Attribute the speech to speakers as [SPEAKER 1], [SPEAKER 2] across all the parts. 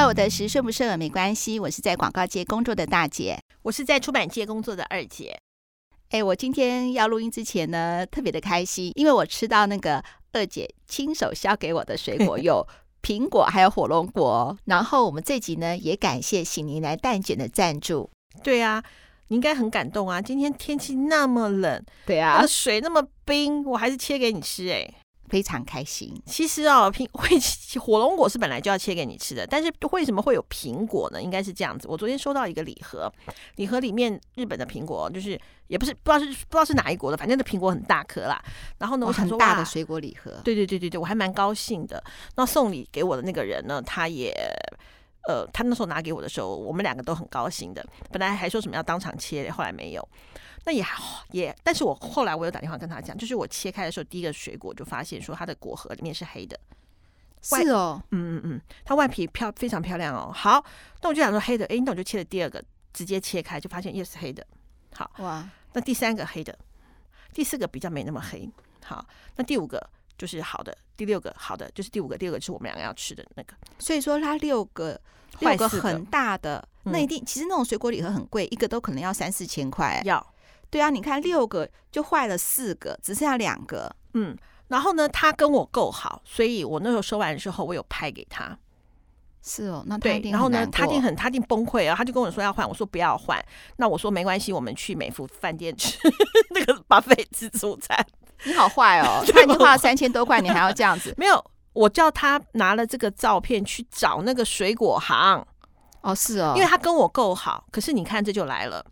[SPEAKER 1] 哦我的时顺不顺耳没关系，我是在广告界工作的大姐。
[SPEAKER 2] 我是在出版界工作的二姐，
[SPEAKER 1] 哎，我今天要录音之前呢，特别的开心，因为我吃到那个二姐亲手削给我的水 果，有苹果，还有火龙果哦。然后我们这集呢，也感谢喜尼来蛋卷的赞助。
[SPEAKER 2] 对啊，你应该很感动啊！今天天气那么冷，
[SPEAKER 1] 对
[SPEAKER 2] 那
[SPEAKER 1] 啊
[SPEAKER 2] 个，水那么冰，我还是切给你吃哎、
[SPEAKER 1] 非常开心。
[SPEAKER 2] 其实哦，苹 会火龙果是本来就要切给你吃的，但是为什么会有苹果呢？应该是这样子，我昨天收到一个礼盒，礼盒里面日本的苹果就是也不是不知道是不知道是哪一国的，反正那苹果很大颗啦。然后呢，
[SPEAKER 1] 哇
[SPEAKER 2] 我
[SPEAKER 1] 哦
[SPEAKER 2] 想
[SPEAKER 1] 很
[SPEAKER 2] 说
[SPEAKER 1] 大
[SPEAKER 2] 哇
[SPEAKER 1] 的水果礼盒，
[SPEAKER 2] 对对对对对，我还蛮高兴的。那送礼给我的那个人呢，他也。呃，他那时候拿给我的时候，我们两个都很高兴的。本来还说什么要当场切，后来没有。那也还好也，但是我后来我有打电话跟他讲，就是我切开的时候，第一个水果就发现说它的果核里面是黑的，外
[SPEAKER 1] 是哦，
[SPEAKER 2] 嗯嗯嗯，它外皮漂非常漂亮哦。好，那我就想说黑的，诶，那我就切了第二个，直接切开就发现也是黑的。好，
[SPEAKER 1] 哇，
[SPEAKER 2] 那第三个黑的，第四个比较没那么黑。好，那第五个就是好的，第六个好的就是第五个，第六个是我们两个要吃的那个。
[SPEAKER 1] 所以说它六个
[SPEAKER 2] 坏
[SPEAKER 1] 六个
[SPEAKER 2] 四
[SPEAKER 1] 很大的，
[SPEAKER 2] 嗯
[SPEAKER 1] 那一定其实那种水果礼盒很贵，一个都可能要三四千块。
[SPEAKER 2] 要，
[SPEAKER 1] 对啊，你看六个就坏了四个，只剩下两个。
[SPEAKER 2] 嗯，然后呢，他跟我够好，所以我那时候收完之后，我有拍给他。
[SPEAKER 1] 是哦，那他一
[SPEAKER 2] 对，
[SPEAKER 1] 定
[SPEAKER 2] 然后
[SPEAKER 1] 很
[SPEAKER 2] 呢，
[SPEAKER 1] 难
[SPEAKER 2] 他一定
[SPEAKER 1] 过
[SPEAKER 2] 很他一定崩溃啊，他就跟我说要换，我说不要换，那我说没关系，我们去美孚饭店吃 那个 buffet 自助餐。
[SPEAKER 1] 你好坏 哦，他已经花了三千多块，你还要这样子？
[SPEAKER 2] 没有，我叫他拿了这个照片去找那个水果行。
[SPEAKER 1] 哦，是哦，
[SPEAKER 2] 因为他跟我够好。可是你看，这就来了。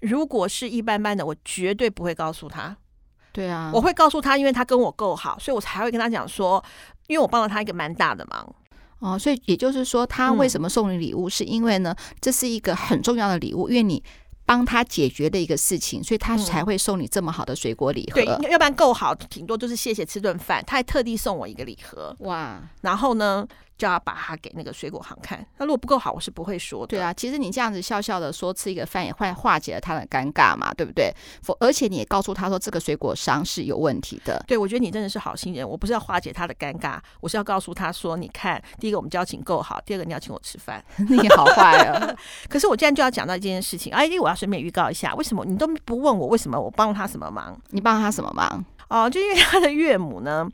[SPEAKER 2] 如果是一般般的，我绝对不会告诉他。
[SPEAKER 1] 对啊，
[SPEAKER 2] 我会告诉他，因为他跟我够好，所以我才会跟他讲说，因为我帮了他一个蛮大的忙。
[SPEAKER 1] 哦，所以也就是说，他
[SPEAKER 2] 嗯
[SPEAKER 1] 为什么送你礼物，是因为呢，这是一个很重要的礼物，因为你帮他解决的一个事情，所以他
[SPEAKER 2] 嗯
[SPEAKER 1] 才会送你这么好的水果礼
[SPEAKER 2] 对，
[SPEAKER 1] 盒。
[SPEAKER 2] 要不然够好，顶多就是谢谢吃顿饭。他还特地送我一个礼盒，
[SPEAKER 1] 哇，
[SPEAKER 2] 然后呢，叫他把它给那个水果行看。那如果不够好，我是不会说的。
[SPEAKER 1] 对，啊，其实你这样子笑笑的说吃一个饭也化化解了他的尴尬嘛，对不对？否，而且你也告诉他说这个水果商是有问题的。
[SPEAKER 2] 对，我觉得你真的是好心人。我不是要化解他的尴尬，我是要告诉他说，你看，第一个我们交情够好，第二个你要请我吃饭。
[SPEAKER 1] 你好坏啊！
[SPEAKER 2] 可是我现在就要讲到一件事情，哎，我要顺便预告一下，为什么你都不问我为什么我帮了他什么忙？
[SPEAKER 1] 你帮他什么忙？
[SPEAKER 2] 哦，就因为他的岳母呢，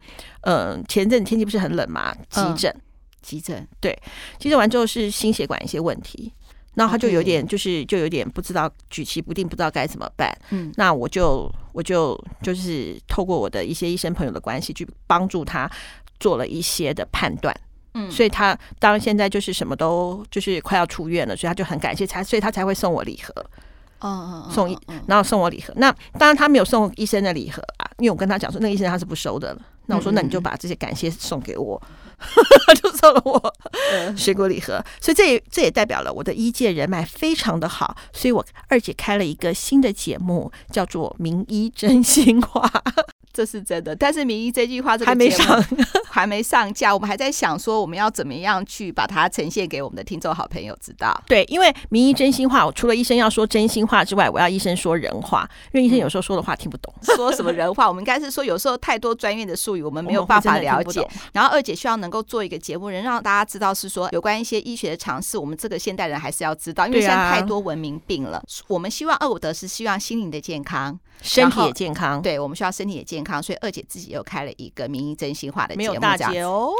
[SPEAKER 2] 嗯、前阵天气不是很冷嘛，急
[SPEAKER 1] 嗯
[SPEAKER 2] 诊，
[SPEAKER 1] 急诊
[SPEAKER 2] 急诊完之后是心血管一些问题，然后他就
[SPEAKER 1] 嗯
[SPEAKER 2] 有点就是就有点不知道举棋不定，不知道该怎么办。
[SPEAKER 1] 嗯，
[SPEAKER 2] 那我就我就就是透过我的一些医生朋友的关系去帮助他做了一些的判断。
[SPEAKER 1] 嗯
[SPEAKER 2] 所以他当然现在就是什么都就是快要出院了，所以他就很感谢才，所以他才会送我礼盒。
[SPEAKER 1] 嗯嗯
[SPEAKER 2] 送一然后送我礼盒。那当然他没有送医生的礼盒啊，因为我跟他讲说那个医生他是不收的了。那我说
[SPEAKER 1] 嗯嗯
[SPEAKER 2] 那你就把这些感谢送给我， 他就送了我水果礼盒。所以这也这也代表了我的医界人脉非常的好。所以我二姐开了一个新的节目，叫做《名医真心话》，
[SPEAKER 1] 这是真的。但是名医这句 话这个
[SPEAKER 2] 还没
[SPEAKER 1] 节目
[SPEAKER 2] 上。
[SPEAKER 1] 还没上架，我们还在想说我们要怎么样去把它呈现给我们的听众好朋友知 道。
[SPEAKER 2] 对，因为名医真心话，我除了医生要说真心话之外，我要医生说人话，因为医生有时候说的话听不懂，
[SPEAKER 1] 说什么人话，我们应该是说有时候太多专业的术语，我嗯们没有
[SPEAKER 2] 哦我们会
[SPEAKER 1] 办法
[SPEAKER 2] 真的听
[SPEAKER 1] 了
[SPEAKER 2] 不
[SPEAKER 1] 解
[SPEAKER 2] 懂。
[SPEAKER 1] 然后二姐希望能够做一个节目，能让大家知道是说有关一些医学的常识，我们这个现代人还是要知道，因为
[SPEAKER 2] 对
[SPEAKER 1] 现
[SPEAKER 2] 啊
[SPEAKER 1] 在太多文明病了。我们希望二五得是希望心灵的健康，
[SPEAKER 2] 身
[SPEAKER 1] 然
[SPEAKER 2] 体也
[SPEAKER 1] 后
[SPEAKER 2] 健康，
[SPEAKER 1] 对我们需要身体也健康，所以二姐自己又开了一个名医真心话的
[SPEAKER 2] 没
[SPEAKER 1] 节
[SPEAKER 2] 有
[SPEAKER 1] 目，
[SPEAKER 2] 大
[SPEAKER 1] 这样
[SPEAKER 2] 姐哦。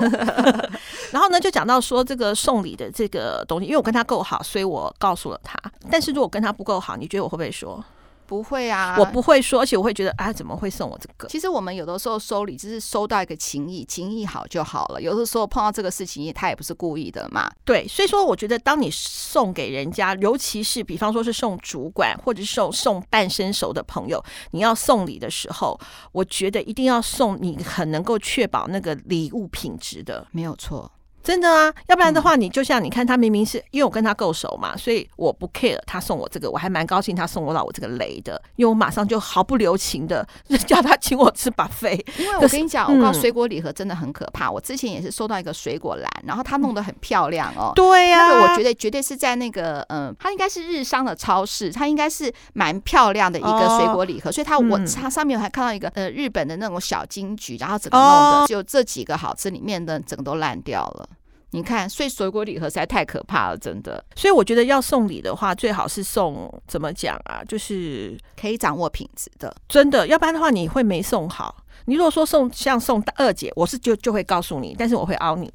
[SPEAKER 2] 然后呢，就讲到说这个送礼的这个东西，因为我跟他够好，所以我告诉了他。但是如果跟他不够好，你觉得我会不会说？
[SPEAKER 1] 不会啊，
[SPEAKER 2] 我。不会说，而且我会觉得，哎，怎么会送我这个？
[SPEAKER 1] 其实我们有的时候收礼，就是收到一个情谊，情谊好就好了。有的时候碰到这个事情，他也不是故意的嘛。
[SPEAKER 2] 对，所以说我觉得，当你送给人家，尤其是比方说是送主管或者是送送半生熟的朋友，你要送礼的时候，我觉得一定要送你很能够确保那个礼物品质的。
[SPEAKER 1] 没有错，
[SPEAKER 2] 真的啊，要不然的话，你就像你看，他明明是因为我跟他够熟嘛，所以我不 care 他送我这个，我还蛮高兴他送我到我这个雷的，因为我马上就毫不留情的 叫他请我吃 buffet。
[SPEAKER 1] 因为
[SPEAKER 2] 可
[SPEAKER 1] 我
[SPEAKER 2] 是
[SPEAKER 1] 跟你讲，我告诉
[SPEAKER 2] 嗯
[SPEAKER 1] 水果礼盒真的很可怕。我之前也是收到一个水果篮，然后它弄得很漂亮哦，
[SPEAKER 2] 对呀、
[SPEAKER 1] 那个我觉
[SPEAKER 2] 得
[SPEAKER 1] 得绝对是在那个嗯，它应该是日商的超市，它应该是蛮漂亮的一个水果礼盒，所以它我
[SPEAKER 2] 嗯
[SPEAKER 1] 它上面我还看到一个呃日本的那种小金桔，然后整个弄的、
[SPEAKER 2] 哦
[SPEAKER 1] 只有这几个好吃，里面的整个都烂掉了。你看，所以水果礼盒实在太可怕了，真的
[SPEAKER 2] 所以我觉得要送礼的话，最好是送怎么讲啊？就是
[SPEAKER 1] 可以掌握品质的。
[SPEAKER 2] 真的，要不然的话你会没送好。你如果说送像送大二姐，我是就就会告诉你，但是我会凹 你。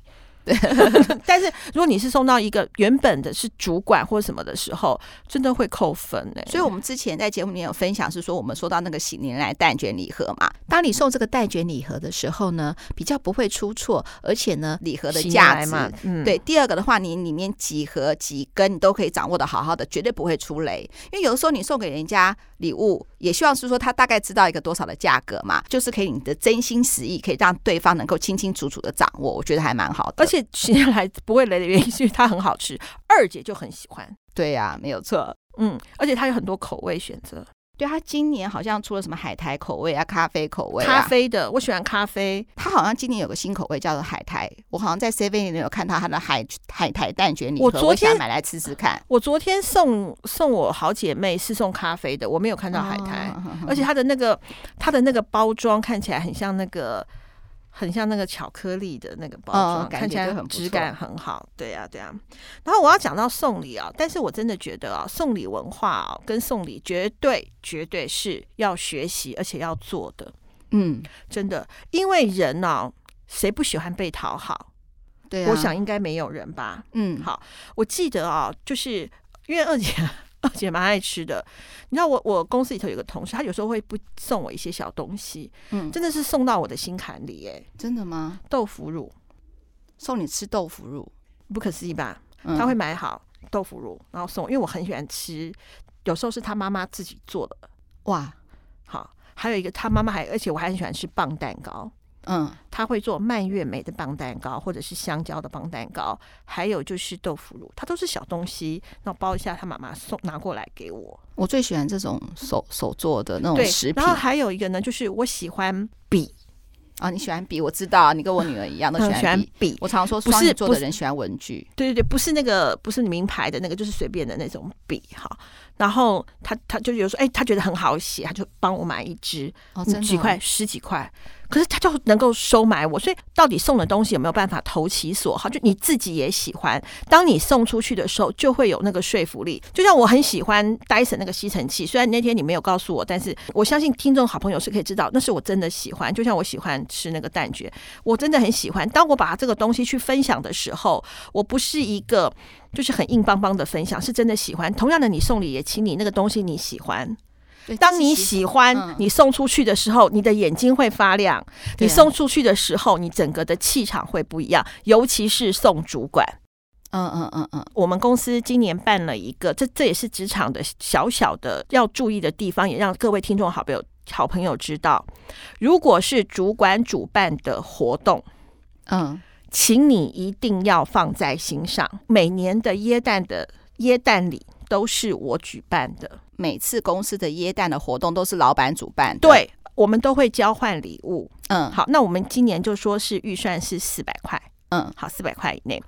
[SPEAKER 2] 但是如果你是送到一个原本的是主管或者什么的时候，真的会扣分哎、
[SPEAKER 1] 所以我们之前在节目里面有分享，是说我们说到那个喜年来蛋卷礼盒嘛，当你送这个蛋卷礼盒的时候呢，比较不会出错，而且呢，礼盒的
[SPEAKER 2] 醒
[SPEAKER 1] 价
[SPEAKER 2] 来
[SPEAKER 1] 值
[SPEAKER 2] 嘛，嗯，
[SPEAKER 1] 对，第二个的话，你里面几盒几根你都可以掌握的好好的，绝对不会出雷。因为有的时候你送给人家礼物，也希望是说他大概知道一个多少的价格嘛，就是可以你的真心实意，可以让对方能够清清楚楚的掌握，我觉得还蛮好的。
[SPEAKER 2] 而且 吃下来不会雷的原因是因为它很好吃，二姐就很喜欢，
[SPEAKER 1] 对呀、没有错。
[SPEAKER 2] 嗯，而且它有很多口味选择，
[SPEAKER 1] 对他今年好像出了什么海苔口味啊、咖啡口味、
[SPEAKER 2] 咖，啡的我喜欢咖啡，
[SPEAKER 1] 他好像今年有个新口味叫做海苔，我好像在 Seven 里面有看到他的海海苔蛋卷礼盒，
[SPEAKER 2] 我
[SPEAKER 1] 我
[SPEAKER 2] 昨天
[SPEAKER 1] 想买来吃吃看。
[SPEAKER 2] 我昨天送送我好姐妹是送咖啡的，我没有看到海苔，
[SPEAKER 1] 哦
[SPEAKER 2] 啊而且它的那个它的那个包装看起来很像那个。很像那个巧克力的那个包装，
[SPEAKER 1] 嗯感
[SPEAKER 2] 看起
[SPEAKER 1] 觉
[SPEAKER 2] 来
[SPEAKER 1] 就很不
[SPEAKER 2] 质
[SPEAKER 1] 错
[SPEAKER 2] 感很好。对啊，对啊。然后我要讲到送礼啊，但是我真的觉得啊，送礼文化啊，跟送礼绝对绝对是要学习而且要做的，
[SPEAKER 1] 嗯，
[SPEAKER 2] 真的。因为人啊，谁不喜欢被讨好？
[SPEAKER 1] 对啊，
[SPEAKER 2] 我想应该没有人吧。
[SPEAKER 1] 嗯，
[SPEAKER 2] 好我记得啊、就是因为二姐二姐蛮爱吃的，你知道我我公司里头有个同事，她有时候会不送我一些小东西，
[SPEAKER 1] 嗯，
[SPEAKER 2] 真的是送到我的心坎里耶。
[SPEAKER 1] 真的吗？
[SPEAKER 2] 豆腐乳，
[SPEAKER 1] 送你吃豆腐乳，
[SPEAKER 2] 不可思议吧？
[SPEAKER 1] 嗯
[SPEAKER 2] 她会买好豆腐乳，然后送我，因为我很喜欢吃，有时候是她妈妈自己做的，
[SPEAKER 1] 哇，
[SPEAKER 2] 好，还有一个她妈妈还，而且我还很喜欢吃棒蛋糕。
[SPEAKER 1] 嗯，
[SPEAKER 2] 她会做蔓越莓的棒蛋糕，或者是香蕉的棒蛋糕，还有就是豆腐乳，它都是小东西，然后包一下，她妈妈送拿过来给我。
[SPEAKER 1] 我最喜欢这种手手做的那种
[SPEAKER 2] 对，
[SPEAKER 1] 哦食品
[SPEAKER 2] 然后还有一个呢，就是我喜欢笔，
[SPEAKER 1] 啊。你喜欢笔，我知道，你跟我女儿一样都
[SPEAKER 2] 嗯
[SPEAKER 1] 喜
[SPEAKER 2] 喜
[SPEAKER 1] 欢
[SPEAKER 2] 欢
[SPEAKER 1] 笔。
[SPEAKER 2] 笔。
[SPEAKER 1] 我常说
[SPEAKER 2] 不是
[SPEAKER 1] 双鱼座
[SPEAKER 2] 不
[SPEAKER 1] 的
[SPEAKER 2] 是
[SPEAKER 1] 人喜欢文具，
[SPEAKER 2] 对对对，不是那个，不是名牌的那个，就是随便的那种笔哈。然后他他就有说，哎，他觉得很好写，他就帮我买一支，
[SPEAKER 1] 哦，
[SPEAKER 2] 嗯
[SPEAKER 1] 真的
[SPEAKER 2] 几块，十几块。可是他就能够收买我，所以到底送的东西有没有办法投其所好？就你自己也喜欢，当你送出去的时候，就会有那个说服力。就像我很喜欢 Dyson 那个吸尘器，虽然那天你没有告诉我，但是我相信听众好朋友是可以知道，那是我真的喜欢。就像我喜欢吃那个蛋卷，我真的很喜欢。当我把这个东西去分享的时候，我不是一个就是很硬邦邦的分享，是真的喜欢。同样的，你送礼也请你那个东西你喜欢，
[SPEAKER 1] 对
[SPEAKER 2] 当你
[SPEAKER 1] 这是
[SPEAKER 2] 喜欢
[SPEAKER 1] 嗯
[SPEAKER 2] 你送出去的时候，你的眼睛会发亮；
[SPEAKER 1] 对
[SPEAKER 2] 你
[SPEAKER 1] 啊
[SPEAKER 2] 送出去的时候，你整个的气场会不一样。尤其是送主管，
[SPEAKER 1] 嗯嗯嗯嗯，
[SPEAKER 2] 我们公司今年办了一个，这这也是职场的小小的要注意的地方，也让各位听众好朋友好朋友知道，如果是主管主办的活动。
[SPEAKER 1] 嗯，
[SPEAKER 2] 请你一定要放在心上，每年的耶诞的耶诞礼都是我举办的，
[SPEAKER 1] 每次公司的耶诞的活动都是老板主办的，，
[SPEAKER 2] 对我们都会交换礼物。
[SPEAKER 1] 嗯，
[SPEAKER 2] 好，那我们今年就说是预算是四百块，
[SPEAKER 1] 嗯，
[SPEAKER 2] 好，四百块以内。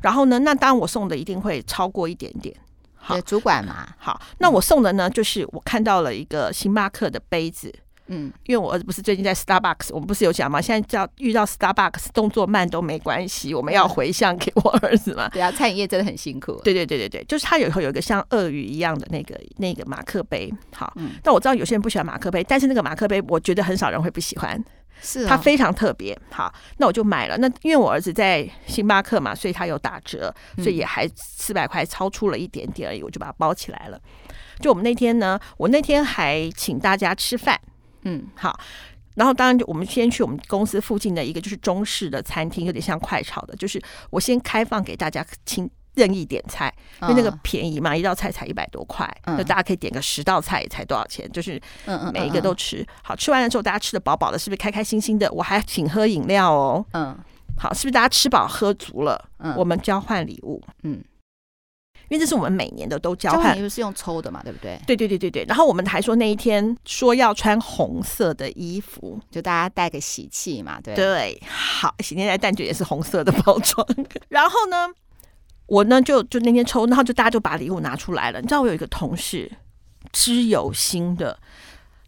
[SPEAKER 2] 然后呢，那当然我送的一定会超过一点点。好
[SPEAKER 1] 对，主管嘛，
[SPEAKER 2] 好，那我送的呢，就是我看到了一个星巴克的杯子，
[SPEAKER 1] 嗯，
[SPEAKER 2] 因为我儿子不是最近在 Starbucks，我们不是有讲吗？现在只要遇到 Starbucks 动作慢都没关系，我们要回向给我儿子嘛。
[SPEAKER 1] 对啊，餐饮业真的很辛苦，
[SPEAKER 2] 对对对对对，就是它有有一个像鳄鱼一样的那个那个马克杯。好，
[SPEAKER 1] 嗯
[SPEAKER 2] 那我知道有些人不喜欢马克杯，但是那个马克杯我觉得很少人会不喜欢。
[SPEAKER 1] 是
[SPEAKER 2] 它
[SPEAKER 1] 啊，
[SPEAKER 2] 非常特别。好，那我就买了。那因为我儿子在星巴克嘛，所以他有打折，
[SPEAKER 1] 嗯
[SPEAKER 2] 所以也还四百块超出了一点点而已，我就把它包起来了。就我们那天呢，我那天还请大家吃饭，
[SPEAKER 1] 嗯，
[SPEAKER 2] 好。然后当然，就我们先去我们公司附近的一个就是中式的餐厅，有点像快炒的，就是我先开放给大家请任意点菜，因为那个
[SPEAKER 1] 嗯
[SPEAKER 2] 便宜嘛，一道菜才一百多块，
[SPEAKER 1] 嗯
[SPEAKER 2] 就大家可以点个十道菜才多少钱，就是
[SPEAKER 1] 嗯嗯，
[SPEAKER 2] 每一个都吃。好，吃完了之后大家吃的饱饱的，是不是开开心心的？我还请喝饮料哦。
[SPEAKER 1] 嗯，
[SPEAKER 2] 好，是不是大家吃饱喝足了？
[SPEAKER 1] 嗯嗯，
[SPEAKER 2] 我们交换礼物，
[SPEAKER 1] 嗯，
[SPEAKER 2] 因为这是我们每年的都交
[SPEAKER 1] 交换
[SPEAKER 2] 换。
[SPEAKER 1] 礼物是用抽的嘛，对不对？
[SPEAKER 2] 对对对对对，然后我们还说那一天说要穿红色的衣服，
[SPEAKER 1] 就大家带个喜气嘛，对，
[SPEAKER 2] 对，好，喜年来蛋卷也是红色的包装。 然后呢，我呢就就那天抽，然后就大家就把礼物拿出来了。你知道我有一个同事，织有心的，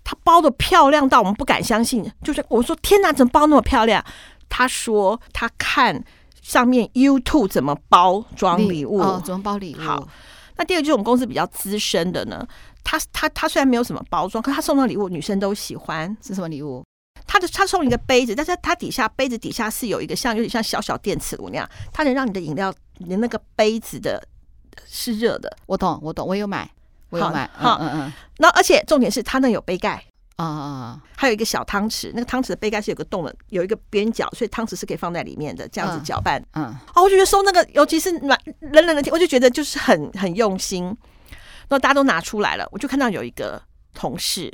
[SPEAKER 2] 她包的漂亮到我们不敢相信。就是我说天哪，怎么包那么漂亮？她说她看上面 YouTube 怎么包装礼物。
[SPEAKER 1] 哦，怎么包礼物？
[SPEAKER 2] 好，那第二个就是我们公司比较资深的呢，他他他虽然没有什么包装，可是他送的礼物女生都喜欢。
[SPEAKER 1] 是什么礼物？
[SPEAKER 2] 他的他送一个杯子，但是它底下杯子底下是有一个像有点像小小电磁炉那样，它能让你的饮料你的那个杯子的是热的。
[SPEAKER 1] 我懂，我懂，我有买，我有
[SPEAKER 2] 好
[SPEAKER 1] 买。嗯
[SPEAKER 2] 好
[SPEAKER 1] 嗯嗯，
[SPEAKER 2] 那而且重点是它那有杯盖，
[SPEAKER 1] 啊啊
[SPEAKER 2] 还有一个小汤匙，那个汤匙的杯盖是有个洞的，有一个边角，所以汤匙是可以放在里面的，这样子
[SPEAKER 1] 嗯
[SPEAKER 2] 搅拌。
[SPEAKER 1] 啊嗯，
[SPEAKER 2] 哦，我就觉得收那个，尤其是暖冷冷的天，我就觉得就是很很用心。那大家都拿出来了，我就看到有一个同事，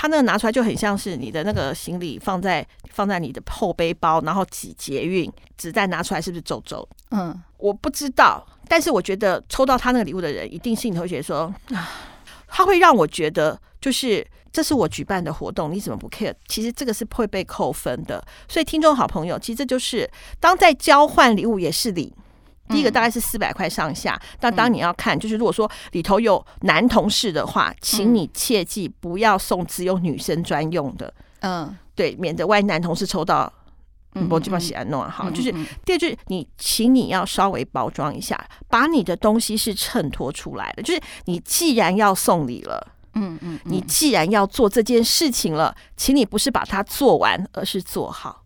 [SPEAKER 2] 他那个拿出来就很像是你的那个行李放在放在你的后背包，然后挤捷运，纸袋拿出来是不是皱皱？
[SPEAKER 1] 嗯，
[SPEAKER 2] 我不知道，但是我觉得抽到他那个礼物的人，一定心里头会觉得说，啊他会让我觉得就是。这是我举办的活动，你怎么不 care？其实这个是会被扣分的。所以听众好朋友，其实这就是当在交换礼物也是礼。第一个
[SPEAKER 1] 嗯
[SPEAKER 2] 大概是四百块上下，但当你要看，就是如果说里头有男同事的话，
[SPEAKER 1] 嗯
[SPEAKER 2] 请你切记不要送只有女生专用的，
[SPEAKER 1] 嗯
[SPEAKER 2] 对，免得万一男同事抽到，
[SPEAKER 1] 嗯，
[SPEAKER 2] 我基本
[SPEAKER 1] 嗯
[SPEAKER 2] 喜欢弄啊，好，就是
[SPEAKER 1] 嗯嗯
[SPEAKER 2] 第二句，你请你要稍微包装一下，把你的东西是衬托出来的。就是你既然要送礼了，
[SPEAKER 1] 嗯嗯，嗯
[SPEAKER 2] 你既然要做这件事情了，请你不是把它做完，而是做好。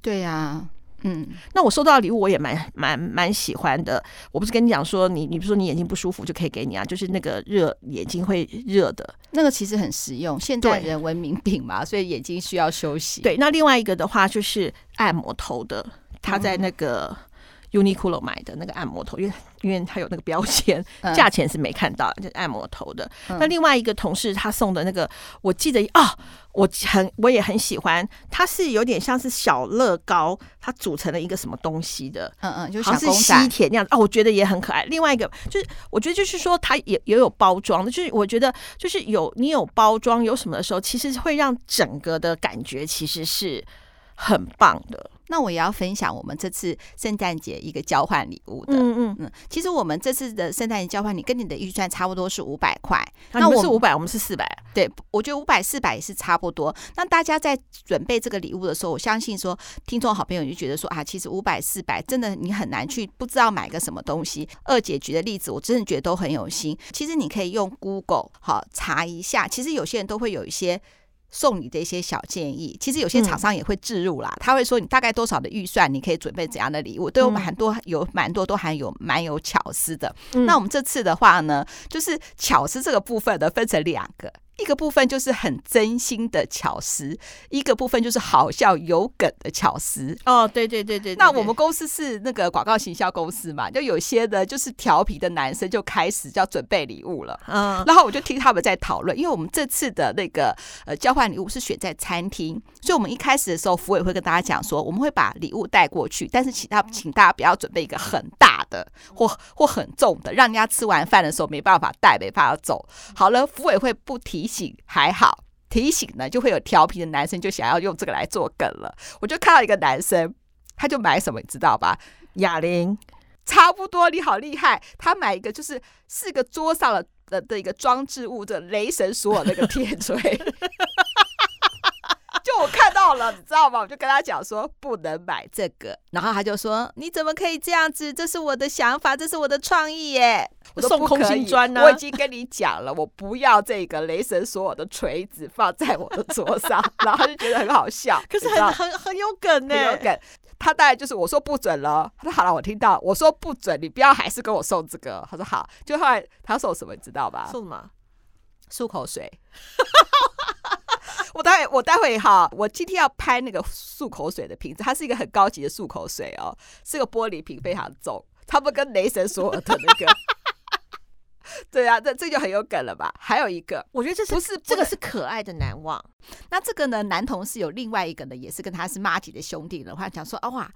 [SPEAKER 1] 对呀，嗯
[SPEAKER 2] 那我收到的礼物，我也蛮蛮蛮喜欢的。我不是跟你讲说，你你不是说你眼睛不舒服就可以给你啊，就是那个热眼睛会热的。
[SPEAKER 1] 那个其实很实用，现代
[SPEAKER 2] 对
[SPEAKER 1] 人文明病嘛，所以眼睛需要休息。，
[SPEAKER 2] 对，那另外一个的话就是按摩头的，他在那个 Uniqlo 买的那个按摩头，因为因为它有那个标签，
[SPEAKER 1] 嗯
[SPEAKER 2] 价钱是没看到，就是按摩头的。
[SPEAKER 1] 嗯
[SPEAKER 2] 那另外一个同事他送的那个，我记得啊、我很我也很喜欢，它是有点像是小乐高，它组成了一个什么东西的，
[SPEAKER 1] 嗯嗯，就是
[SPEAKER 2] 好
[SPEAKER 1] 小
[SPEAKER 2] 像是
[SPEAKER 1] 公
[SPEAKER 2] 吸
[SPEAKER 1] 仔，
[SPEAKER 2] 铁那样子哦，我觉得也很可爱。另外一个就是，我觉得就是说它也也有包装的，就是我觉得就是有你有包装有什么的时候，其实会让整个的感觉其实是很棒的。
[SPEAKER 1] 那我也要分享我们这次圣诞节一个交换礼物的。嗯
[SPEAKER 2] 嗯嗯，
[SPEAKER 1] 其实我们这次的圣诞节交换，你跟你的预算差不多是五百块，
[SPEAKER 2] 那
[SPEAKER 1] 那
[SPEAKER 2] 我
[SPEAKER 1] 我
[SPEAKER 2] 们是五百，我们是四百。
[SPEAKER 1] 对我觉得五百四百也是差不多。那大家在准备这个礼物的时候，我相信说听众好朋友就觉得说啊，其实五百四百真的你很难去不知道买个什么东西。二姐举的例子，我真的觉得都很有心。其实你可以用 Google 好查一下，其实有些人都会有一些。送你的一些小建议，其实有些
[SPEAKER 2] 嗯
[SPEAKER 1] 厂商也会置入啦，他会说你大概多少的预算，你可以准备怎样的礼物，对我们
[SPEAKER 2] 嗯
[SPEAKER 1] 很多有蛮多都还有蛮有巧思的。
[SPEAKER 2] 嗯
[SPEAKER 1] 那我们这次的话呢，就是巧思这个部分呢，分成两个。一个部分就是很真心的巧思，一个部分就是好笑有梗的巧思。
[SPEAKER 2] 哦，对对对对对
[SPEAKER 1] 那
[SPEAKER 2] 对
[SPEAKER 1] 我们公司是那个广告行销公司嘛，就有些呢就是调皮的男生就开始要准备礼物了。
[SPEAKER 2] 嗯
[SPEAKER 1] 然后我就听他们在讨论，因为我们这次的那个呃交换礼物是选在餐厅，所以我们一开始的时候，服委会跟大家讲说，我们会把礼物带过去，但是请大请大家不要准备一个很大的或或很重的，让人家吃完饭的时候没办法带，没办法走。好了，服委会不提醒还好。提醒呢，就会有调皮的男生就想要用这个来做梗了。我就看到一个男生，他就买什么，你知道吧？
[SPEAKER 2] 哑铃，
[SPEAKER 1] 差不多，你好厉害！他买一个就是四个桌上的的的一个装置物的雷神索尔那个铁锤， 就我看到了，你知道吗？我就跟他讲说不能买这个，然后他就说你怎么可以这样子？这是我的想法，这是我的创意耶！我说
[SPEAKER 2] 送
[SPEAKER 1] 不可
[SPEAKER 2] 空心
[SPEAKER 1] 以
[SPEAKER 2] 砖啊
[SPEAKER 1] 我已经跟你讲了，我不要这个雷神索尔的锤子放在我的桌上， 然后他就觉得很好笑，
[SPEAKER 2] 可是
[SPEAKER 1] 你知道
[SPEAKER 2] 很很很有梗欸呢、
[SPEAKER 1] 很有梗。他大概就是我说不准了，他说好了，我听到我说不准，你不要还是跟我送这个。他说好，就后来他送什么你知道吧？
[SPEAKER 2] 送什么？
[SPEAKER 1] 漱口水。 我待会我待会哈，我今天要拍那个漱口水的瓶子，它是一个很高级的漱口水哦，是个玻璃瓶，非常重，差不多跟雷神索尔的那个。 对啊，这这就很有梗了吧？还有一个，
[SPEAKER 2] 我觉得这是
[SPEAKER 1] 不是
[SPEAKER 2] 这
[SPEAKER 1] 不
[SPEAKER 2] 个是可爱的难忘。
[SPEAKER 1] 那这个呢，男同事有另外一个呢，也是跟他是妈姐的兄弟的话，讲说啊哇，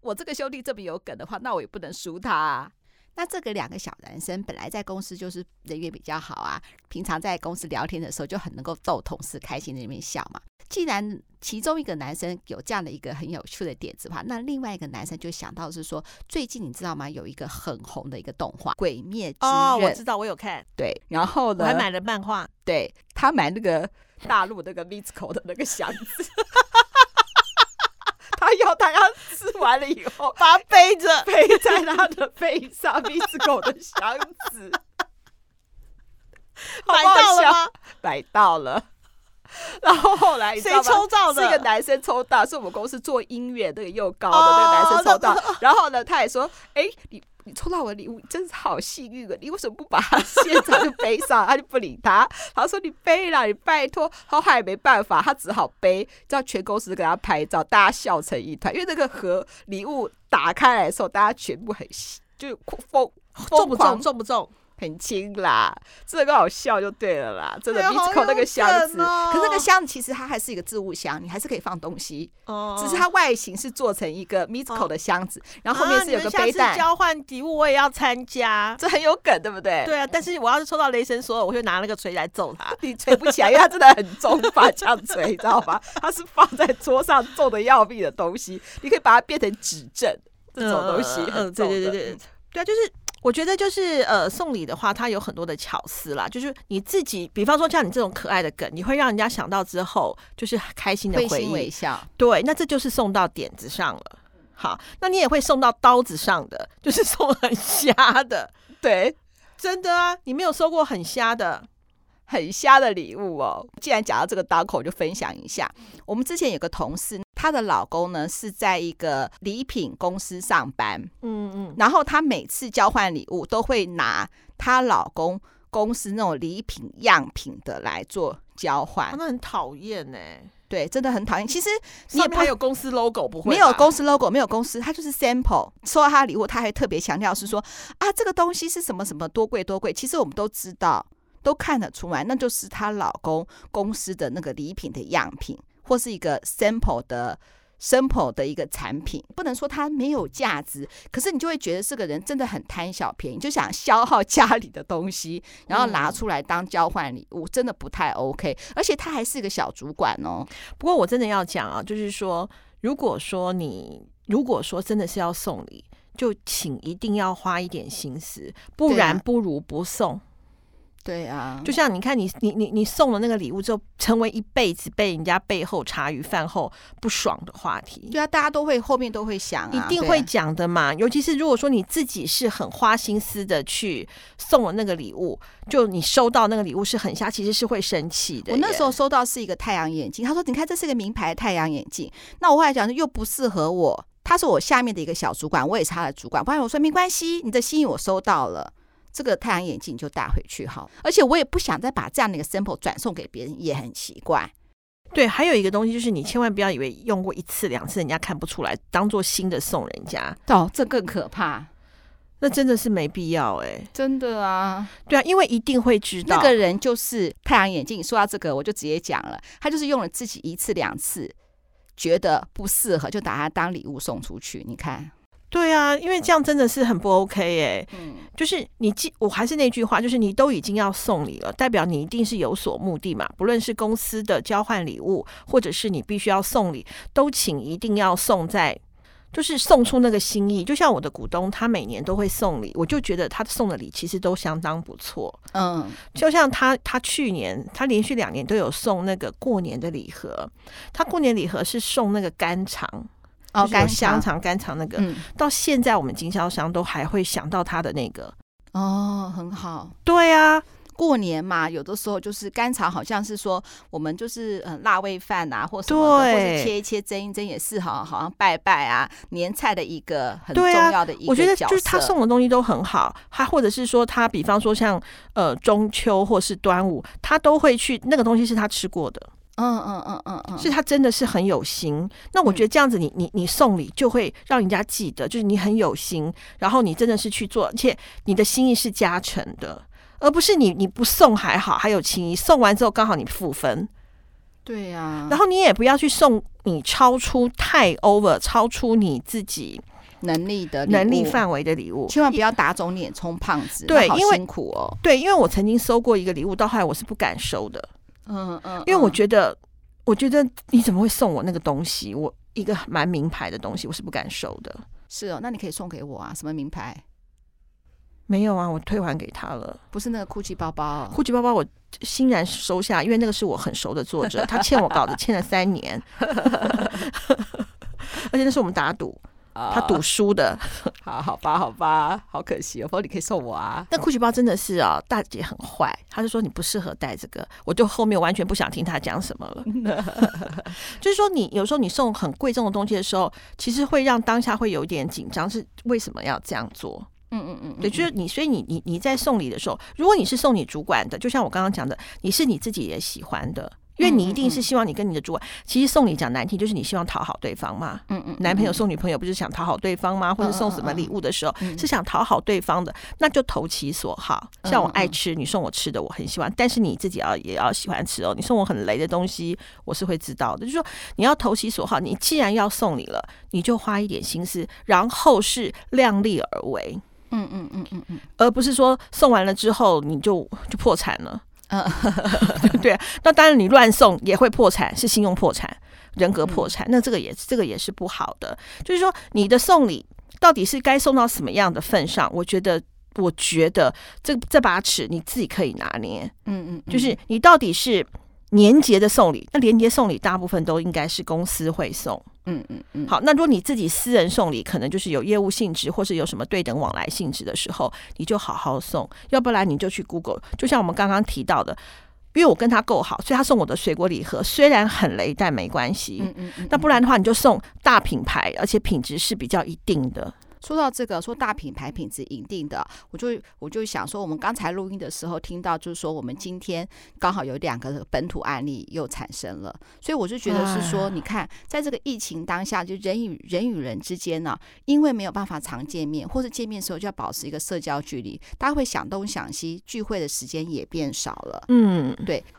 [SPEAKER 1] 我这个兄弟这么有梗的话，那我也不能输他、啊。那这个两个小男生本来在公司就是人缘比较好啊，平常在公司聊天的时候就很能够逗同事开心，在那边笑嘛。既然其中一个男生有这样的一个很有趣的点子的话，那另外一个男生就想到是说，最近你知道吗？有一个很红的一个动画《鬼灭之刃》，
[SPEAKER 2] 哦，我知道，我有看，
[SPEAKER 1] 对，然后
[SPEAKER 2] 我
[SPEAKER 1] 呢，
[SPEAKER 2] 还买了漫画。
[SPEAKER 1] 对他买那个大陆那个 Misco 的那个箱子，他要它要吃完了以后
[SPEAKER 2] 把它背 着，
[SPEAKER 1] 背在它的背上，一只狗的箱子，好
[SPEAKER 2] 买
[SPEAKER 1] 不好
[SPEAKER 2] 到了
[SPEAKER 1] 笑
[SPEAKER 2] 吗？
[SPEAKER 1] 买到了。 然后后来你知
[SPEAKER 2] 谁
[SPEAKER 1] 道吗
[SPEAKER 2] 抽到的？
[SPEAKER 1] 是一个男生抽到，是我们公司做音乐那个又高的哦那个男生抽到。然后呢，他也说：“哎、你你抽到我的礼物，你真是好幸运啊！你为什么不把它 现场就背上？”他就不理他，他说：“你背了，你拜托。”他后来也没办法，他只好背，叫全公司给他拍照，大家笑成一团。因为那个盒礼物打开来的时候，大家全部很喜就疯
[SPEAKER 2] 重
[SPEAKER 1] 疯
[SPEAKER 2] 不
[SPEAKER 1] 狂
[SPEAKER 2] 重？重不重？
[SPEAKER 1] 很轻啦，这个好笑就对了啦，真的
[SPEAKER 2] 哎呀
[SPEAKER 1] v i s c o 那个箱子，
[SPEAKER 2] 好有梗哦
[SPEAKER 1] 可是那个箱子其实它还是一个置物箱，你还是可以放东西，
[SPEAKER 2] 哦
[SPEAKER 1] 只是它外形是做成一个 m i s c o 的箱子，然后后面
[SPEAKER 2] 啊
[SPEAKER 1] 是有
[SPEAKER 2] 你
[SPEAKER 1] 个
[SPEAKER 2] 们
[SPEAKER 1] 背
[SPEAKER 2] 下次
[SPEAKER 1] 带，
[SPEAKER 2] 交换礼物我也要参加。
[SPEAKER 1] 这很有梗，对不对？
[SPEAKER 2] 对啊，但是我要是抽到雷神索尔，我就拿那个锤来揍他。
[SPEAKER 1] 你捶不起来，因为它真的很重，把这样捶，你知道吗？ 它是放在桌上重的要命的东西，你可以把它变成指正这种东西，
[SPEAKER 2] 嗯嗯
[SPEAKER 1] 很
[SPEAKER 2] 嗯对
[SPEAKER 1] 重
[SPEAKER 2] 对
[SPEAKER 1] 的
[SPEAKER 2] 对对， 对啊，就是我觉得就是呃，送礼的话，它有很多的巧思啦，就是你自己，比方说像你这种可爱的梗，你会让人家想到之后就是开心的
[SPEAKER 1] 嗯会
[SPEAKER 2] 回
[SPEAKER 1] 心微
[SPEAKER 2] 忆，
[SPEAKER 1] 笑。
[SPEAKER 2] 对，那这就是送到点子上了。好，那你也会送到刀子上的，就是 送很瞎的，
[SPEAKER 1] 对，
[SPEAKER 2] 真的啊，你没有收过很瞎的，
[SPEAKER 1] 很瞎的礼物哦。既然讲到这个档口，我就分享一下。我们之前有个同事，她的老公呢是在一个礼品公司上班，
[SPEAKER 2] 嗯嗯，
[SPEAKER 1] 然后她每次交换礼物都会拿她老公公司那种礼品样品的来做交
[SPEAKER 2] 啊
[SPEAKER 1] 换。
[SPEAKER 2] 那很讨厌呢。
[SPEAKER 1] 对，真的很讨厌。其实你也
[SPEAKER 2] 上面
[SPEAKER 1] 不
[SPEAKER 2] 还有公司 logo 不会吧？
[SPEAKER 1] 没有公司 logo，没有公司，它就是 sample。收到他礼物，他还特别强调是说啊，这个东西是什么什么多贵多贵。其实我们都知道，都看得出来，那就是她老公公司的那个礼品的样品，或是一个 sample 的 sample 的一个产品。不能说它没有价值，可是你就会觉得这个人真的很贪小便宜，就想消耗家里的东西，然后
[SPEAKER 2] 嗯
[SPEAKER 1] 拿出来当交换礼物，真的不太 OK。而且他还是个小主管哦，
[SPEAKER 2] 不过我真的要讲啊，就是说，如果说你如果说真的是要送礼，就请一定要花一点心思，不
[SPEAKER 1] 对啊
[SPEAKER 2] 然不如不送。
[SPEAKER 1] 对啊，
[SPEAKER 2] 就像你看你，你你你送了那个礼物之后，成为一辈子被人家背后茶余饭后不爽的话题。
[SPEAKER 1] 对啊，大家都会后面都会想、啊，
[SPEAKER 2] 一定
[SPEAKER 1] 对啊
[SPEAKER 2] 会讲的嘛，尤其是如果说你自己是很花心思的去送了那个礼物，就你收到那个礼物是很瞎，其实是会生气的耶。
[SPEAKER 1] 我那时候收到是一个太阳眼镜，他说：“你看，这是一个名牌的太阳眼镜。”那我后来讲说又不适合我，他是我下面的一个小主管，我也是他的主管。不然我说没关系，你的心意我收到了，这个太阳眼镜你就带回去好了。而且我也不想再把这样的一个 sample 转送给别人，也很奇怪。
[SPEAKER 2] 对，还有一个东西就是，你千万不要以为用过一次两次，人家看不出来，当做新的送人家，
[SPEAKER 1] 哦，这更可怕，
[SPEAKER 2] 那真的是没必要哎、
[SPEAKER 1] 真的啊！
[SPEAKER 2] 对啊，因为一定会知道
[SPEAKER 1] 那个人就是太阳眼镜。说到这个，我就直接讲了，他就是用了自己一次两次，觉得不适合，就把它当礼物送出去。你看，
[SPEAKER 2] 对啊，因为这样真的是很不 OK 哎、
[SPEAKER 1] 嗯。
[SPEAKER 2] 就是你既我还是那句话，就是你都已经要送礼了，代表你一定是有所目的嘛。不论是公司的交换礼物，或者是你必须要送礼，都请一定要送在，就是送出那个心意。就像我的股东，他每年都会送礼，我就觉得他送的礼其实都相当不错。
[SPEAKER 1] 嗯
[SPEAKER 2] 就像他，他去年他连续两年都有送那个过年的礼盒，他过年礼盒是送那个干肠，
[SPEAKER 1] 哦，
[SPEAKER 2] 就是有
[SPEAKER 1] 干
[SPEAKER 2] 香
[SPEAKER 1] 香肠，
[SPEAKER 2] 肠干肠那个，
[SPEAKER 1] 嗯，
[SPEAKER 2] 到现在我们经销商都还会想到他的那个。
[SPEAKER 1] 哦，很好。
[SPEAKER 2] 对啊，
[SPEAKER 1] 过年嘛，有的时候就是干肠，好像是说我们就是嗯辣味饭啊，或什么的，或
[SPEAKER 2] 对
[SPEAKER 1] 是切一切蒸一蒸也是好，好像拜拜啊，年菜的一个很重
[SPEAKER 2] 对啊
[SPEAKER 1] 要的一
[SPEAKER 2] 我觉
[SPEAKER 1] 个
[SPEAKER 2] 得
[SPEAKER 1] 角色。
[SPEAKER 2] 就是他送的东西都很好，他或者是说他，比方说像呃中秋或是端午，他都会去那个东西是他吃过的，
[SPEAKER 1] 嗯，嗯嗯嗯嗯嗯，
[SPEAKER 2] 是他真的是很有心。那我觉得这样子你，你你送礼就会让人家记得，就是你很有心，然后你真的是去做，而且你的心意是加成的，而不是你你不送还好，还有情谊，送完之后刚好你负分，
[SPEAKER 1] 对啊呀。
[SPEAKER 2] 然后你也不要去送你超出太 over，超出你自己呃
[SPEAKER 1] 能力的呃礼
[SPEAKER 2] 能力
[SPEAKER 1] 物，
[SPEAKER 2] 范围的礼物。
[SPEAKER 1] 千万不要打肿脸充胖子，
[SPEAKER 2] 对
[SPEAKER 1] 那好
[SPEAKER 2] 因为
[SPEAKER 1] 辛苦哦。
[SPEAKER 2] 对，因为我曾经收过一个礼物，到后来我是不敢收的，
[SPEAKER 1] 嗯嗯，
[SPEAKER 2] 因为我
[SPEAKER 1] 嗯
[SPEAKER 2] 觉得，我觉得你怎么会送我那个东西？我一个蛮名牌的东西，我是不敢收的。
[SPEAKER 1] 是哦，那你可以送给我啊，什么名牌？
[SPEAKER 2] 没有啊，我退还给他了。
[SPEAKER 1] 不是那个 GUCCI 包包哦，
[SPEAKER 2] 酷奇包包我欣然收下，因为那个是我很熟的作者，他欠我稿子欠了三年， 而且那是我们打赌，
[SPEAKER 1] 啊
[SPEAKER 2] 他赌输的。
[SPEAKER 1] 好好吧，好吧，好可惜哦。不过你可以送我啊。
[SPEAKER 2] 但酷奇包真的是啊，大姐很坏，她就说你不适合戴这个，我就后面完全不想听她讲什么了。 就是说你，有时候你送很贵重的东西的时候，其实会让当下会有点紧张，是为什么要这样做？
[SPEAKER 1] 嗯嗯嗯
[SPEAKER 2] 对，就是你，所以你你你在送礼的时候，如果你是送你主管的，就像我刚刚讲的，你是你自己也喜欢的，因为你一定是希望你跟你的主管，其实送礼讲难听，就是你希望讨好对方嘛。
[SPEAKER 1] 嗯嗯
[SPEAKER 2] 男朋友送女朋友不是想讨好对方吗？或者送什么礼物的时候
[SPEAKER 1] 嗯嗯
[SPEAKER 2] 是想讨好对方的，那就投其所好。
[SPEAKER 1] 嗯
[SPEAKER 2] 像我爱吃，你送我吃的我很喜欢，但是你自己要也要喜欢吃哦。你送我很雷的东西，我是会知道的。就是说你要投其所好，你既然要送礼了，你就花一点心思，然后是量力而为，
[SPEAKER 1] 嗯嗯嗯嗯嗯
[SPEAKER 2] 而不是说送完了之后你就就破产了。
[SPEAKER 1] 嗯，
[SPEAKER 2] 对，啊那当然你乱送也会破产，是信用破产、人格破
[SPEAKER 1] 嗯
[SPEAKER 2] 产，那这个也这个也是不好的。就是说，你的送礼到底是该送到什么样的份上？我觉得。我觉得这这把尺你自己可以拿捏，
[SPEAKER 1] 嗯嗯，
[SPEAKER 2] 就是你到底是年节的送礼，那年节送礼大部分都应该是公司会送，
[SPEAKER 1] 嗯嗯嗯，
[SPEAKER 2] 好，那如果你自己私人送礼，可能就是有业务性质，或是有什么对等往来性质的时候，你就好好送，要不然你就去 Google。就像我们刚刚提到的，因为我跟他够好，所以他送我的水果礼盒虽然很雷，但没关系。
[SPEAKER 1] 嗯嗯嗯。
[SPEAKER 2] 那不然的话，你就送大品牌，而且品质是比较一定的。
[SPEAKER 1] 说到这个，说大品牌品质一定的，我就我就想说，我们刚才录音的时候听到，就是说我们今天刚好有两个本土案例又产生了，所以我就觉得是说，
[SPEAKER 2] 哎
[SPEAKER 1] 你看，在这个疫情当下，就人与人与人之间呢、因为没有办法常见面，或是见面的时候就要保持一个社交距离，大家会想东想西，聚会的时间也变少了。
[SPEAKER 2] 嗯，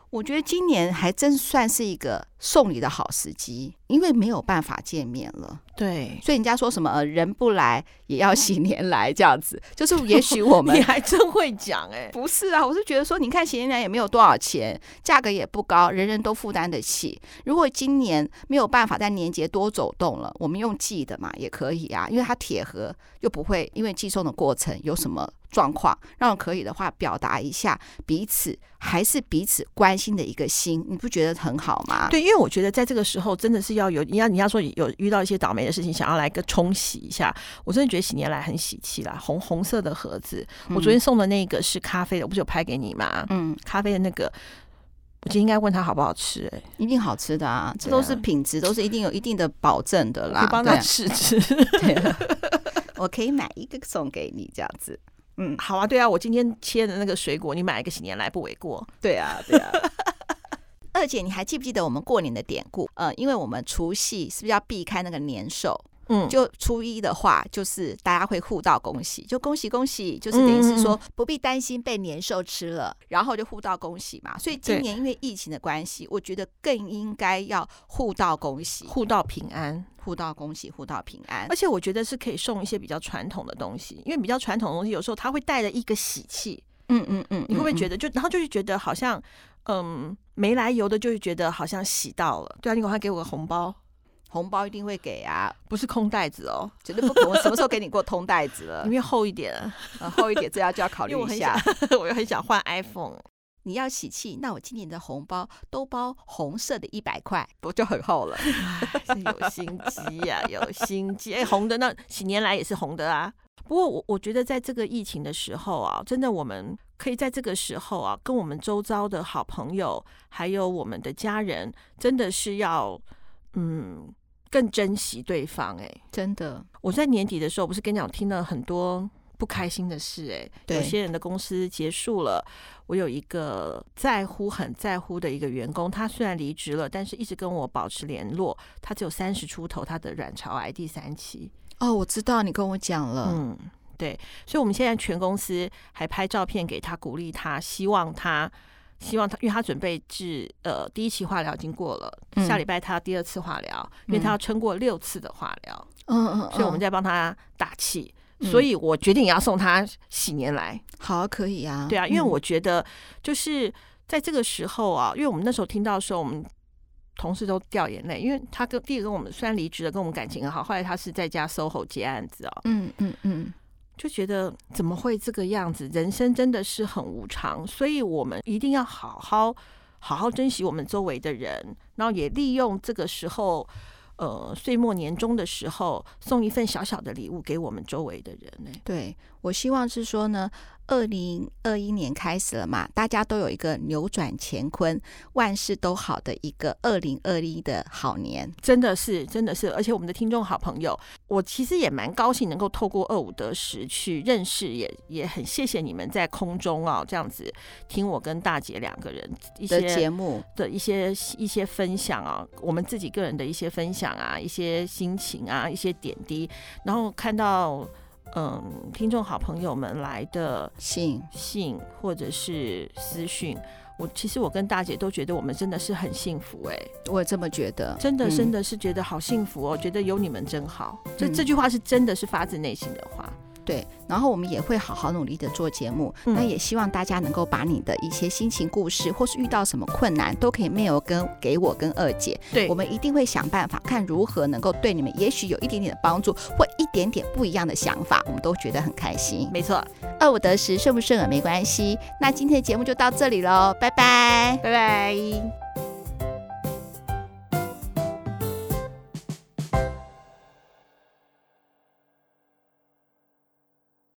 [SPEAKER 1] 我觉得今年还真算是一个送礼的好时机，因为没有办法见面了。
[SPEAKER 2] 对。
[SPEAKER 1] 所以人家说什么、呃、人不来也要喜年来这样 子，就是也许我
[SPEAKER 2] 嗯你
[SPEAKER 1] 们
[SPEAKER 2] 还真会讲哎、
[SPEAKER 1] 不是啊，我是觉得说，你看喜年来也没有多少钱，价格也不高，人人都负担得起。如果今年没有办法在年节多走动了，我们用寄的嘛也可以啊，因为它铁盒又不会因为寄送的过程有什么状况，让可以的话表达一下彼此还是彼此关心的一个心，你不觉得很好吗？
[SPEAKER 2] 对，因为我觉得在这个时候真的是要有，你要你要说有遇到一些倒霉的事情，想要来个冲洗一下，我真的觉得喜年来很喜气啦，红红色的盒子，
[SPEAKER 1] 嗯，
[SPEAKER 2] 我昨天送的那个是咖啡的，我不是有拍给你吗？
[SPEAKER 1] 嗯，
[SPEAKER 2] 咖啡的那个，我今天应该问他好不好吃、欸，
[SPEAKER 1] 一定好吃的啊，这
[SPEAKER 2] 对啊
[SPEAKER 1] 都是品质，都是一定有一定的保证的
[SPEAKER 2] 可
[SPEAKER 1] 啦
[SPEAKER 2] 以。帮
[SPEAKER 1] 对
[SPEAKER 2] 他
[SPEAKER 1] 啊
[SPEAKER 2] 吃吃。
[SPEAKER 1] 我可以买一个送给你这样子。嗯，
[SPEAKER 2] 好啊，对啊，我今天切的那个水果，你买一个喜年来不为过。
[SPEAKER 1] 对啊，对啊。 二姐，你还记不记得我们过年的典故？呃，因为我们除夕是不是要避开那个年兽？
[SPEAKER 2] 嗯，
[SPEAKER 1] 就初一的话，就是大家会互道恭喜，就恭喜恭喜，就是等于是
[SPEAKER 2] 嗯
[SPEAKER 1] 说不必担心被年兽吃了，然后就互道恭喜嘛。所以今
[SPEAKER 2] 对
[SPEAKER 1] 年因为疫情的关系，我觉得更应该要互道恭喜，
[SPEAKER 2] 互道平安，
[SPEAKER 1] 互道恭喜，互道平安
[SPEAKER 2] 而。且我觉得是可以送一些比较传统的东西，因为比较传统的东西有时候它会带着一个喜气，
[SPEAKER 1] 嗯嗯嗯，
[SPEAKER 2] 你会不会觉
[SPEAKER 1] 得？
[SPEAKER 2] 得就然后就是觉得好像嗯没来由的，就是觉得好像喜到了。对啊，你赶快给我个红包，
[SPEAKER 1] 红包一定会给啊，
[SPEAKER 2] 不是空袋子哦，
[SPEAKER 1] 绝对不可能。我什么时候给你过通袋子了
[SPEAKER 2] 里？面厚一点啊，
[SPEAKER 1] 呃，厚一点，这要就要考虑
[SPEAKER 2] 因为我
[SPEAKER 1] 一
[SPEAKER 2] 很
[SPEAKER 1] 下。
[SPEAKER 2] 我又很想换 iPhone。
[SPEAKER 1] 你要喜气，那我今年的红包都包红色的一百块，不就很厚了？
[SPEAKER 2] 是有心机呀、有心机。哎、红的那几年来也是红的啊。不过我我觉得在这个疫情的时候啊，真的我们可以在这个时候啊，跟我们周遭的好朋友，还有我们的家人，真的是要嗯更珍惜对方、哎，
[SPEAKER 1] 真的，
[SPEAKER 2] 我在年底的时候，不是跟你讲，我听了很多不开心的事、哎，
[SPEAKER 1] 对
[SPEAKER 2] 有些人的公司结束了，我有一个在乎很在乎的一个员工，他虽然离职了，但是一直跟我保持联络。他只有三十出头，他的卵巢癌第三期。
[SPEAKER 1] 哦，我知道你跟我讲了，
[SPEAKER 2] 嗯，对，所以我们现在全公司还拍照片给他，鼓励他，希望他。希望他，因为他准备治呃第一期化疗已经过了，
[SPEAKER 1] 嗯
[SPEAKER 2] 下礼拜他要第二次化疗，因为他
[SPEAKER 1] 嗯
[SPEAKER 2] 要撑过六次的化疗。
[SPEAKER 1] 嗯嗯
[SPEAKER 2] 所以我们
[SPEAKER 1] 家
[SPEAKER 2] 在帮他打气。
[SPEAKER 1] 嗯
[SPEAKER 2] 所以我决定也要送他喜年来，
[SPEAKER 1] 好可以啊，
[SPEAKER 2] 对啊，因为
[SPEAKER 1] 嗯
[SPEAKER 2] 我觉得就是在这个时候啊，因为我们那时候听到的时候，我们同事都掉眼泪，因为他跟第一个跟我们虽然离职了，跟我们感情很好，后来他是在家 SOHO 接案子哦，
[SPEAKER 1] 嗯嗯嗯，
[SPEAKER 2] 就觉得怎么会这个样子？人生真的是很无常，所以我们一定要好好好好珍惜我们周围的人，然后也利用这个时候。呃岁末年终的时候送一份小小的礼物给我们周围的人呢、
[SPEAKER 1] 对我希望是说呢，二零二一年开始了嘛，大家都有一个扭转乾坤、万事都好的一个二零二一的好年。
[SPEAKER 2] 真的是，真的是，而且我们的听众好朋友，我其实也蛮高兴能够透过二五得十去认识也，也很谢谢你们在空中啊、这样子听我跟大姐两个人一
[SPEAKER 1] 的
[SPEAKER 2] 些
[SPEAKER 1] 节目，
[SPEAKER 2] 的一些一些分享啊，我们自己个人的一些分享啊，一些心情啊，一些点滴，然后看到嗯听众好朋友们来的
[SPEAKER 1] 信
[SPEAKER 2] 信或者是私讯。我其实我跟大姐都觉得我们真的是很幸福哎、
[SPEAKER 1] 我也这么觉得，
[SPEAKER 2] 真的，
[SPEAKER 1] 嗯
[SPEAKER 2] 真的是觉得好幸福哦，觉得有你们真好。这、
[SPEAKER 1] 嗯
[SPEAKER 2] 这句话是真的是发自内心的话。
[SPEAKER 1] 对，然后我们也会好好努力的做节目，
[SPEAKER 2] 嗯
[SPEAKER 1] 那也希望大家能够把你的一些心情故事，或是遇到什么困难，都可以 mail 跟给我跟二姐，
[SPEAKER 2] 对
[SPEAKER 1] 我们一定会想办法看如何能够对你们，也许有一点点的帮助，或一点点不一样的想法，我们都觉得很开心。
[SPEAKER 2] 没错，
[SPEAKER 1] 二五得十，顺不顺耳没关系。那今天的节目就到这里喽，拜拜。
[SPEAKER 2] 拜拜。